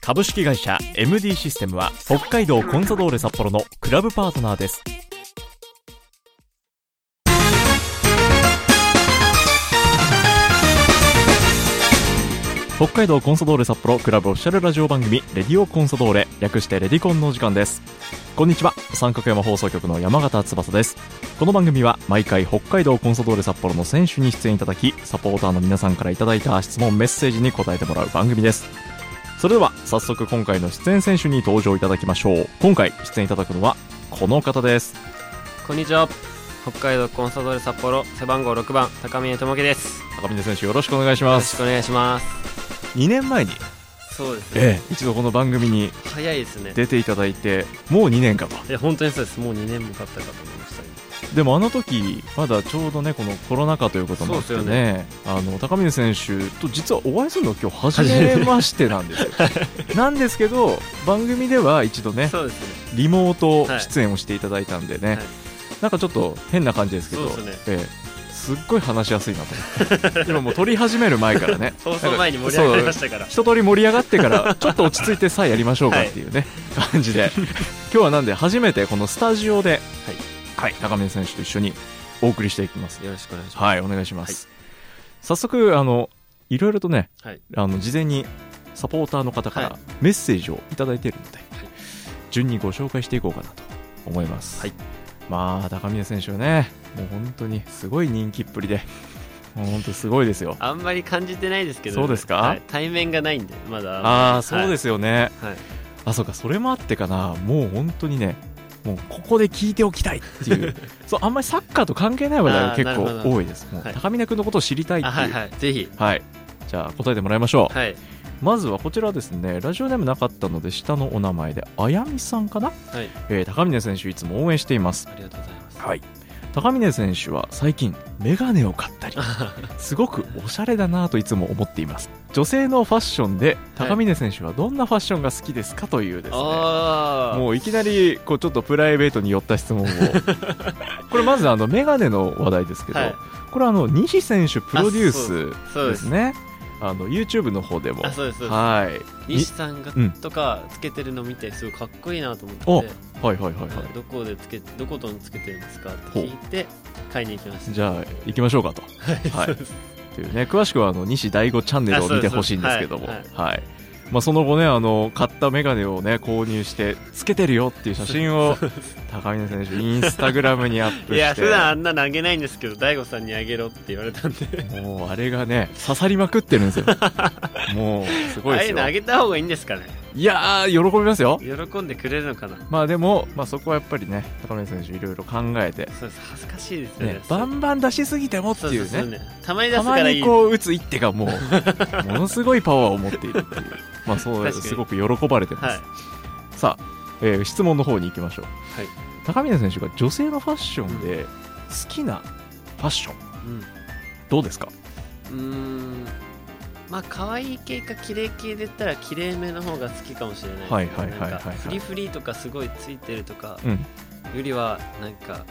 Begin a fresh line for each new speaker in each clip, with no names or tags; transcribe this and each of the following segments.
株式会社 MD システムは北海道コンサドーレ札幌のクラブパートナーです北海道コンサドーレ札幌クラブオフィシャルラジオ番組「レディオコンサドーレ」略して「レディコン」のお時間ですこんにちは三角山放送局の山形翼ですこの番組は毎回北海道コンサドーレ札幌の選手に出演いただきサポーターの皆さんからいただいた質問メッセージに答えてもらう番組ですそれでは早速今回の出演選手に登場いただきましょう今回出演いただくのはこの方です
こんにちは北海道コンサドーレ札幌背番号6番高峰智樹ですよ
高峰選手よろしくお願いしま
ろし
す
くお願いします
2年前に、
そうですね
ええ、一度この番組に
早いですね
出ていただいてもう2年かと
いや本当にそうですもう2年も経ったかと思いました
でもあの時まだちょうどねこのコロナ禍ということもあってね
そうです
あの高峰選手と実はお会いするの今日初めましてなんですよなんですけど番組では一度ね
そうですね
リモート出演をしていただいたんでね、
はい
なんかちょっと変な感じですけど
そうですね
ええすっごい話しやすいなと思って 今もう撮り始める前からね
放送前に盛り上がりまし
そう
たから
一通り盛り上がってから ちょっと落ち着いてさあやりましょうかっていうね、感じで今日はなんで初めてこのスタジオで、はい高峰選手と一緒にお送りしていきます
よろしくお願いしま
はいお願いします、早速あのいろいろとね
すはい
あの事前にサポーターの方か
は
ら
い
メッセージをいただいているので、順にご紹介していこうかなと思います、
はい
まあ高峰選手はねもう本当にすごい人気っぷりでもう本当すごいですよ
あんまり感じてないですけど
そうですか
はい対面がないんでまだ
ああそうですすよね、
はいはい
あそうかそれもあってかなもう本当にねもうここで聞いておきたいって いうそうあんまりサッカーと関係ない話題が
あーなる
結
ほ
構
ど
多いですもう
はい
高峰君のことを知りたいってい
あ
う
はいはいぜひ
はいじゃあ答えてもらいましょう、
はい
まずはこちらですねラジオネームなかったので下のお名前であやみさんかな、
はい
えー高峰選手いつも応援しています
ありがとうございます
はい高峰選手は最近メガネを買ったり すごくおしゃれだなといつも思っています女性のファッションで
はい
高峰選手はどんなファッションが好きですかというですね、
ああ
もういきなりこうちょっとプライベートに寄った質問を これまずあのメガネの話題ですけど、
はい
これはあの西選手プロデュー
う
ス
そう
で
です
すねあの YouTube の方でも
あそうですそうです
はいに
西さんが
うん
とかつけてるの見てすごいかっこいいなと思って
おはいはいはいは
どこでつけどことつけてるんですかって聞いて買いに行きまし
いじゃあ行きましょうかと
た。
はい
そうです
っていうね詳しくはあの西第5チャンネルを見てほしいんですけども
あそうです
はいまあ、その後ねあの買ったメガネをね購入してつけてるよっていう写真を高峰選手インスタグラムにアップして
いや普段あんなのあげないんですけど大悟さんにあげろって言われた んで、
もうあれがね刺さりまくってる んですよもうす
あ
ごい
あ
で
い
すよ
うのあげた方がいいんですかね。
いやー喜びますよ
喜んでくれるのかな。
まあでも、まあ、そこはやっぱりね高峰選手いろいろ考えて、
そうです恥ずかしいですよね。
ね、
そう
バンバン出しすぎてもって
そう
い
そうう
ね
そうね。たまに出
た
す
ま
からい
に
い。
こう打つ一手がもう ものすごいパワーを持っているっていうまあそう
確かに
すごく喜ばれてます、
はい
さあ、えー質問の方に行きましょう
はい。
高峰選手が女性のファッションで好きなファッション
うん。う
どうですか
ーん。まあ可愛い系か綺麗系で言ったら綺麗めの方が好きかもしれないですね。
はいはいはいはいはい
なんかフリフリとかすごいついてるとか
うん
よりはなんか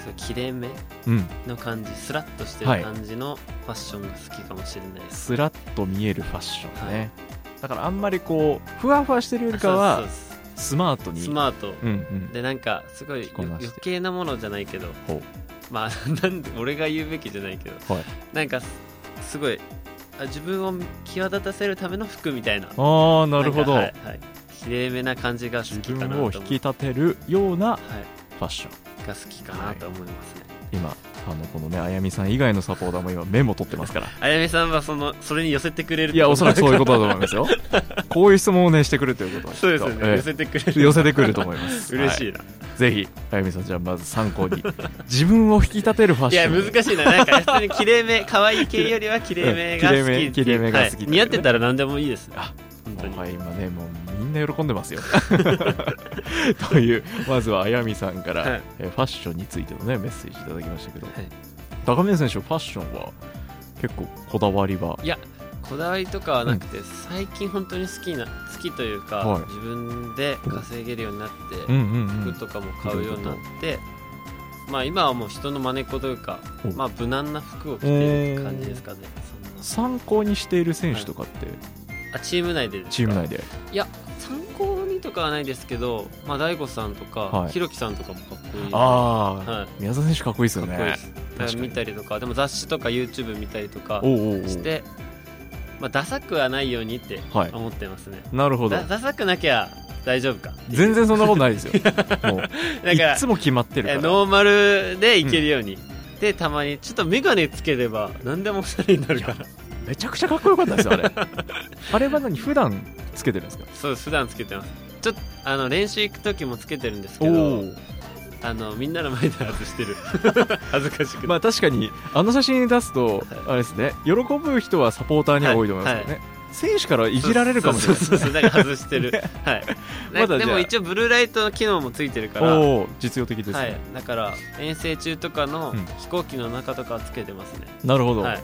すごい綺麗め。
うん
の感じスラッとして
はい
る感じのファッションが好きかもしれないです、
スラッと見えるファッションね、だからあんまりこうふわふわしてるよりか
そう
は
ですそう
スマート
で
に
すスマート、
うんうん
でなんかすごい
着
よ
こなして
余計なものじゃないけど
ほう
まあ なんで俺が言うべきじゃないけど、
はい
なんかすすごいあ自分を際立たせるための服みたいな
ああなるほど、
んかはいはい綺麗めな感じが好
自
きかなと
分
思
を
う
引き立てるような
はい
ファッション
が好きかなと思いますね、
今あのこのねあやみさん以外のサポーターも今メモ取ってますから
あやめさんはそのそれに寄せてくれる
いや、おそらくそういうことだと思いますす よ。こういう質問をね、してくるということはきっと
そうですよね、
ええ
寄せてくれる
寄せてくると思います。
嬉し
はい
な、
ぜひ、あやみさん、じゃあまず参考に。自分を引き立てるファッ
い
ショ
や
ン。
難しいな、なんか普通にきれいめ、可愛い系よりはきれいめが好きっていう
うん綺麗め綺麗めが好き
はい似合ってたら何でもいいです。
あ
当に
もうはい、今ね、もうみんな喜んでますよ。 という、まずはあやみさんから、
はい
えーファッションについての、ね、メッセージいただきましたけど、
はい
高峰選手、ファッションは結構こだわりは、
いやこだわりとかはなくて、最近本当に好きな好きというか、
はい
自分で稼げるようになって、
うんうんうん
服とかも買うようになって、まあ今はもう人の真似っこというか
お、
まあ無難な服を着てる感じですかね。そん
参考にしている選手とかって、
なあチーム内でですか
チーム内で、
いや参考にとかはないですけど、まあ大悟さんとか、
はい
ひろきさんとかもかっこいい。
ああ、
はい。
宮澤選手、かっこいいですよ
か
ね。
っこいいです。だか
確からに
見たりとか、でも雑誌とか YouTube 見たりとか
おうおうおう
して、まあダサくはないようにって
はい
思ってますね。
なるほど
だ、ダサくなきゃ大丈夫か。
全然そんなことない ですよ、もう
だか
い
ら
つも決まってる
え
から。
ノーマルでいけるように、でたまにちょっと眼鏡つければ何でもおしゃれになるから
めちゃくちゃかっこよかったですよ、あ れ。あれは何、普段つけてるんですか
そう普段つけてますちょっとあの練習行く時もつけてるんですけ
お
ど
ー
あのみんなの前で外し てる恥ずかしくて、
まあ確かにあの写真に出すと、あれですね喜ぶ人はサポーターには多いと思いますよね、
は
選手からいじられるかもしれない
そうそうそうだから外して るはい
まだじゃあ
でも一応ブルーライトの機能もついてるから
おおー実用的ですね、
はい、だから遠征中とかの
うん
飛行機の中とかはつけてますね、
なるほど、
はい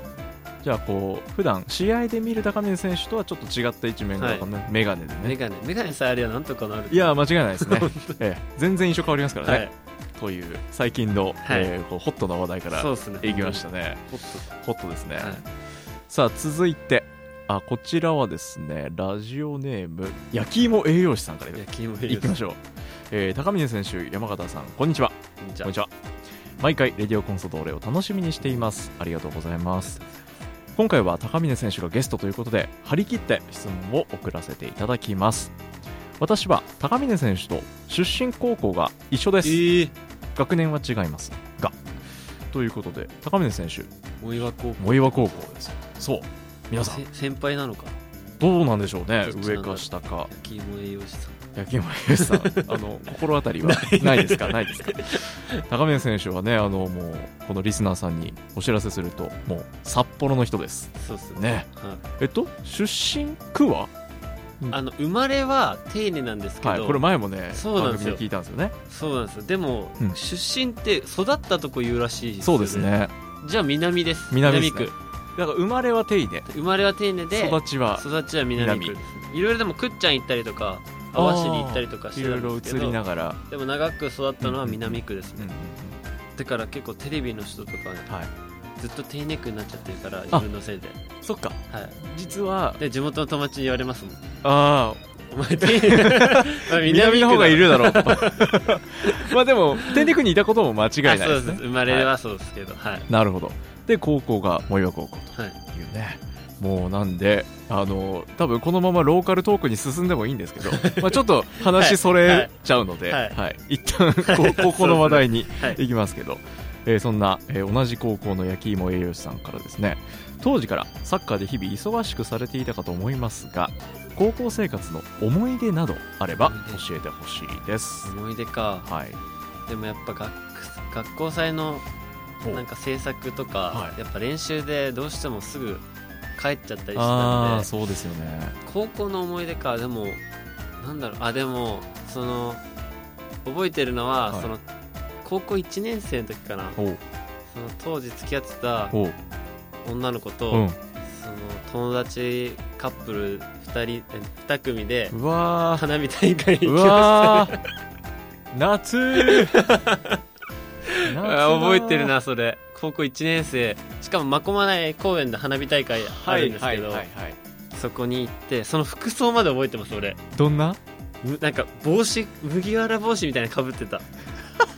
じゃあこう普段試合で見る高嶺選手とはちょっと違った一面が
はい
このメガネでね、
眼鏡眼鏡さえあればなんとかなる
いや間違いないです ね、ええ、全然印象変わりますからね、
はい、
という最近の、
はい
えーこうホットな話題から
そうですね
いきましたね
ホッ
ホットですね、
トはい
さあ続いてあこちらはですねラジオネーム焼き芋栄養士さんからいただきました
焼き芋い
行
いで
き
す
ましょう、えー高峰選手山形さんこんにちは
じ
こん
ゃあ
にちは毎回レディオコンソドーレを楽しみにしていますありがとうございます今回は高峰選手がゲストということで張り切って質問を送らせていただきます私は高峰選手と出身高校が一緒です、
ええ
学年は違いますがということで高峰選手
お岩高校
藻岩高校ですそう皆さん
せ先輩なのか
どうなんでしょうね
どっちな
上
んだ
か下か
焼き芋栄養士さん
焼き芋屋さんあの心当たりはないですかないですか高宮選手はねあのもうこのリスナーさんにお知らせするともう札幌の人です
そうっすね
ね
はい
えっと出身区は
あの生まれは丁寧なんですけど、
はいこれ前もね
そうな
番
んです
組
よ
で聞いたんですよね
そうなんですよでも、
うん
出身って育ったとこ言うらしい
そうですね
じゃあ南です
南ですね
区
だから生まれはテイで
生まれは丁寧で
育ちは
育ちは南区
南
いろいろでもくっちゃん行ったりとか
あー
網走に行ったりとかし
い
てた
ろい
ん
ろ
で
移
すけど
りながら、
でも長く育ったのは南区ですね、
うん
だから結構テレビの人とか、ね
はい
ずっと丁寧区になっちゃってるから自分のせいで、
そっか
は、
実はい
で地元の友達に言われますもん
ああ
お 前丁寧お前南区だろ
南の方がいるだろうと まあでも天陸にいたことも間違いないで
あ
す
そうです
ね
生まれはそうですけどはい、
なるほどで高校が藻岩高校
はい
というねもうなんであの多分このままローカルトークに進んでもいいんです けどまあちょっと話それちゃうので、は
はいい
一旦 こ高校の話題に
はい
いきますけど、えーそんな、えー同じ高校の焼き芋栄養士さんからですね当時からサッカーで日々忙しくされていたかと思いますが高校生活の思い出などあれば教えてほしいです
思い出か
はい
でもやっぱ学学校祭のなんか制作とか、
はい
やっぱ練習でどうしてもすぐ帰っちゃったりした
あ
ん
あ
で
そうですよね
高校の思い出かでもなんだろうあでもその覚えてるのは、
はい
その高校1年生の時かな
おう
その当時付き合ってた
おう
女の子と、
うん
その友達カップル2人え2組で
うわー
花火大会行き
う
ました
わー夏ー夏だ
あ
ー
覚えてるなそれ高校1年生しかも真駒内公園で花火大会あ
は
る
い
んですけど、
はいはいはい
そこに行ってその服装まで覚えてます俺
どんな
むなんか帽子麦わら帽子みたいなのかぶってた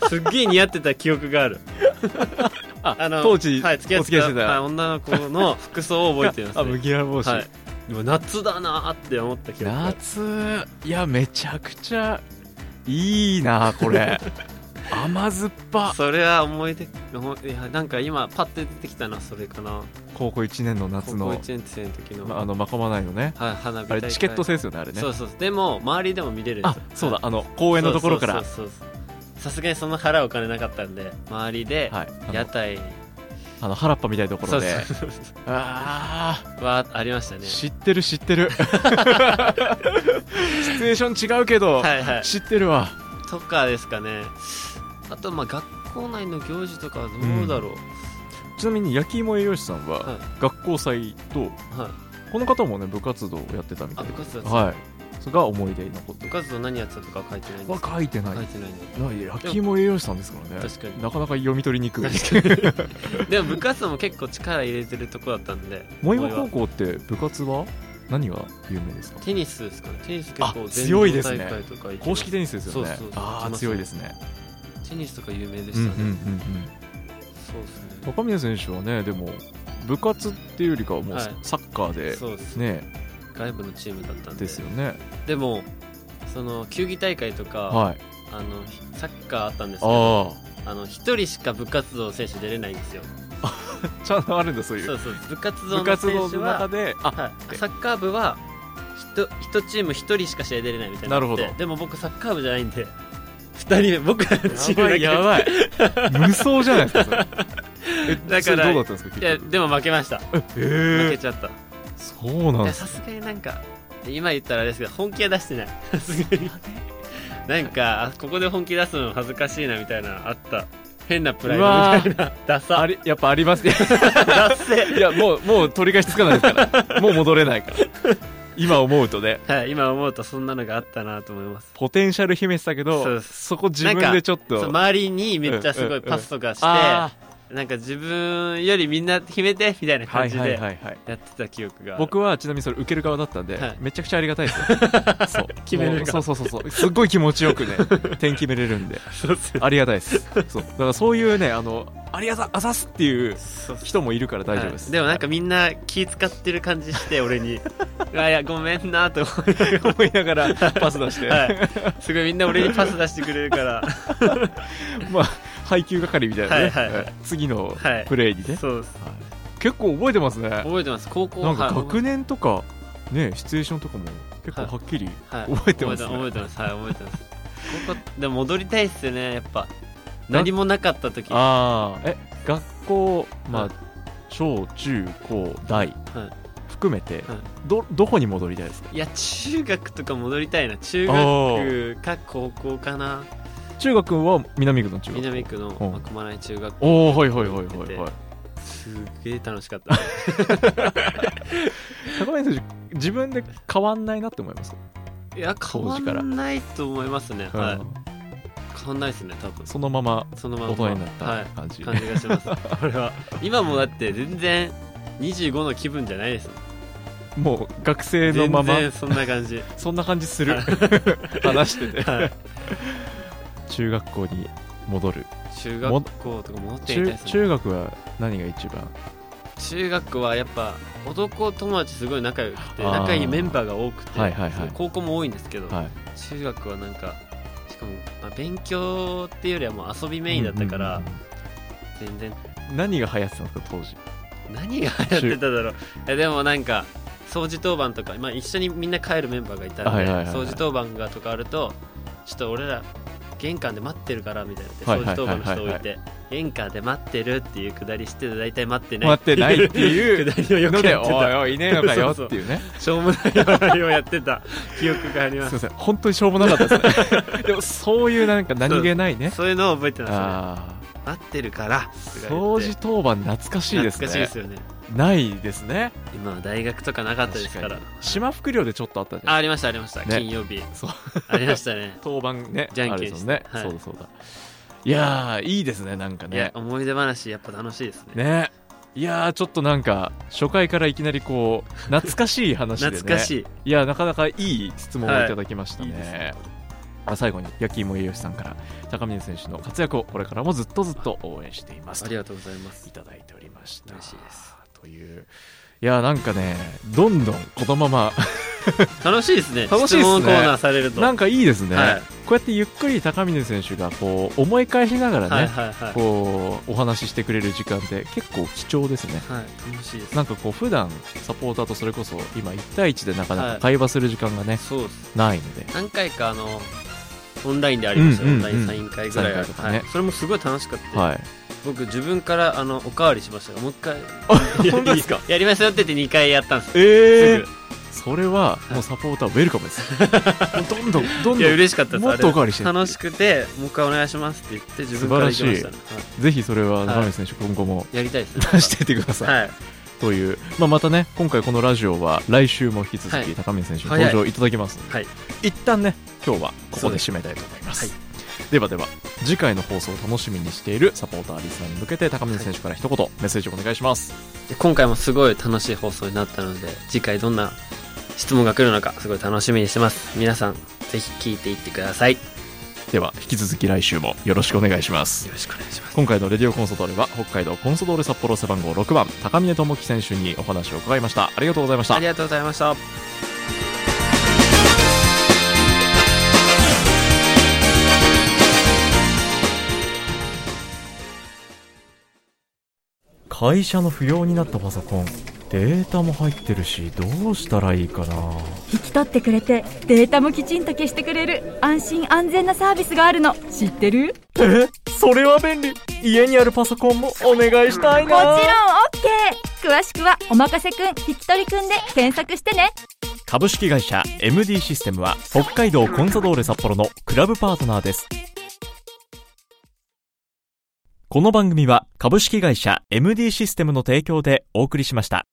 すっげえ似合ってた記憶が あるあの
当時
はい、付き合って
お付き合
た
いしてた
はい女の子の服装を覚えてます、ね、
あ麦わら帽子、
はいでも夏だなーって思った記憶がある
夏ーいやめちゃくちゃいいなこ れ甘酸っぱ
それは思い出思いいやなんか今パッて出てきたなそれかな
高校1年の夏
高校
の
1年生の時の,、
まあのまこまないのね
はい、花火
あ
大
れ
会
チケット制ですよねあれね
そうそうそうでも周りでも見れるんで
あ
すよ
そうだ
はい
あの公園のところから
そうそうそうそうさすがにその払うお金なかったんで周りで
はいあの
屋台
あの原っぱみたいなとこ
そ
ろ
う
で
そうそうそ
ああ
う わーありましたね
知ってる知って るシチュエーション違うけど、
はいはい
知ってるわ
とかですかねあとまあ学校内の行事とかはどうだろう、
ちなみに焼き芋栄養士さん
は
はい学校祭と
はい
この方もね部活動をやってたみたい
あ部活動やってた
はいそれが思い出に残って
部
る
活動何やってたとかは書いてないんです
は書いてない
書いてないん
な
で
い焼き芋栄養士さんですからね
確かに
なかなか読み取りにくい
確かにでも部活動も結構力入れてるとこだっ たんで
藻岩高校って部活は何が有名ですか
テニスですかねテニス結
あ
構全
強いで
国
すね
大会とか行って
公式テニスですよね
そうそうそう
あ
行き
あ
ます
強いですね
テニスとか有名で
うん
し
うん
たね、
うんうん
そうですね
若宮選手はねでも部活っていうよりかはもう
はい
サッカーで、
そうですね
ね
外部のチームだったんで
ですよね
でもその球技大会とか、
はい
あのサッカーあったんですけど
あ
あの一人しか部活動の選手出れないんですよ
あちゃんとあるんだそうい
そううそう部活動
部
の
活動
選手
の中
は、
であ
はい、サッカー部は一チーム一人しか試合出れないみたいにな
な
って
るほど
でも僕サッカー部じゃないんで二人目僕らのチームだけ
やばいやばい無双じゃないですか それえ
だから
それどうだったんですか
いや
結局
でも負けました負
え
け
え
ちゃった
そうなん
い
で
や
す
さすがになんか今言ったらあれですけど本気は出してないさすがになんかあここで本気出すの恥ずかしいなみたいなあった変なプライドみたいなダ
あ
サ
れやっぱありますね
ダッセ
いやもうもう取り返しつかないです からもう戻れないから今思うとね
はい今思うとそんなのがあったなと思います
ポテンシャル秘めてたけ
そう
ど
です
そこ自分でちょっ
そう
と
周りにめっちゃすごいパスとかして、
あ
なんか自分よりみんな決めてみたいな
あは
感
い
じ
はい
で
はいはい
やってた記憶がある
僕はちなみにそれ受ける側だったんで、
はい
めちゃくちゃありがたいですよ そう
決めれる
そ
側
うそうそうそうすっごい気持ちよくね 点決めれるんで
そうっすよ
ありがたいですそうだからそういうねあのありがざあざすっていう
そうっす
人もいるから大丈夫です、
はいでもなんかみんな気使ってる感じして俺にうわいやごめんなと思い
はい思いながらパス出して、
はい、すごいみんな俺にパス出してくれるから、
まあ配給係みたいなね、
はいはいはい
次の
はい
プレーにね、
そうです
結構覚えてますねな
覚えてます高校
んか学年
年
とかねシチュエーションとかも結構はっきり覚えてますね、
覚えてますはい覚えてます高校でも戻りたいっすよねやっぱ何もなかった時は
ああえ学校まあ、
はい
小中高大含めて、
は
どどこに戻りたいですか
いいや中学とか戻りたいな中
あ
学か高校かな
中学は南区の中学
南区の
うん
駒内中学校
おおはいはいはいはいはい
すっげえ楽しかった
高林選手自分で変わんないなって思います、
いや変
当
わ
時から
んないと思いますねは
うん
い変わんないですね多分
そのまま
そのまん
大
ま
人になった
はい
感じ、
感じがします 俺は今もだって全然25の気分じゃないです
もう学生のまま
全然そんな感じ
そんな感じする
は
話してて
はい
中学校に戻る
中学校とか戻ってみたい
中
ですね
中学は何が一番
中学はやっぱ男友達すごい仲良くて
あー
仲いいメンバーが多くて、
はいはいはい
高校も多いんですけど、
はい
中学はなんかしかも、まあ、勉強っていうよりはもう遊びメインだったから、
うんうん
全然
うん何が流行ってたんですか当時
何が流行ってただろうえでもなんか掃除当番とか、まあ、一緒にみんな帰るメンバーがいたので、
はいはいはいはい
掃除当番がとかあるとちょっと俺ら玄関で待ってるからみたいなって
はい
掃
はい
除
はい
当
はい
番の人置いて玄関で待ってるっていうくだりして大体待ってない
待ってないっていう
くだりをよく
ので
やって
おい
た
おいいねえのかよっていうね
しょうもない笑いをやってた記憶があります
い
す
ません本当にしょうもなかったです ねでもそういうなんか何気ないね
そういうのを覚えてま
あ
すね待ってるから
あ掃除当番懐かしいですね
懐かしいですよね
ないですね
今は大学とかなかったですから
確かに島副寮でちょっとあったじゃ
あ
ん
ありましたありました、
ね
金曜日
そう
ありましたね
当番ね
じゃんけん
あ
して
れです
はい
もんねそうだそうだいやーいいですねなんか
いや
ね
思い出話やっぱ楽しいですね
ねいやーちょっとなんか初回からいきなりこう懐かしい話でね
懐かしい、
いやなかなかいい質問をいただきましたね、
はいいいですね
あ最後に焼き芋栄養士さんから高峰選手の活躍をこれからもずっとずっと応援しています
あ
と
り
い
がとうございます
ただいておりました
嬉しいです
といういやなんかねどんどんこのまま
楽しいですね
楽しいですね
質問コーナーされる と
なんかいいですね、
はい
こうやってゆっくり高峰選手がこう思い返しながらね、
はいはいはいは
こうお話ししてくれる時間って結構貴重ですね
い楽しいです
なんかこう普段サポーターとそれこそ今1対1でなかな
は
か
い
会話する時間がね、
そうです
ないので
何回かあのオンラインでありましたよ、
うんうんうん
オンラインサイン会ぐら
サイ
いあ
ン会
る
とかね
はい、それもすごい楽しかったです、
はい、
僕自分からあのおかわりしましたがもう一回
本当ですか
やりますよって言って2回やったんです
え
す
えそれはもうサポーターウェルカムですどんどんどん
ぐいや
どん
嬉しかったです
もっとおかわりして
あれ楽しくてもう一回お願いしますって言って自分から行きましたねは
ぜひそれは長道選手今後も
いやりたいですね
出していってください、
はい
という、まあ、またね今回このラジオは来週も引き続
は
き
い
高見選手に
早い
登場いただきますので、
はい
一旦ね今日はここで締めたいと思います
は
ではでは次回の放送を楽しみにしているサポーターリスナーに向けて高見選手から一言メッセージをお願いします、
で今回もすごい楽しい放送になったので次回どんな質問が来るのかすごい楽しみにしてます皆さんぜひ聞いていってくださいよ
では引き続き来週もよろしくお願いします
ろしくお願いします
今回のレディオコンソドーレは北海道コンソドーレ札幌背番号6番高峰智樹選手にお話を伺いましたありがとうございました
ありがとうございました
会社の不要になったパソコンデータも入ってるしどうしたらいいかな
引き取ってくれてデータもきちんと消してくれる安心安全なサービスがあるの知ってる
えそれは便利家にあるパソコンもお願いしたい
もちろん OK 詳しくは「おまかせくん引き取りくん」で検索してね
株式会社 MD システムは北海道コンサドーレ札幌のクラブパートナーですこの番組は株式会社 MD システムの提供でお送りしました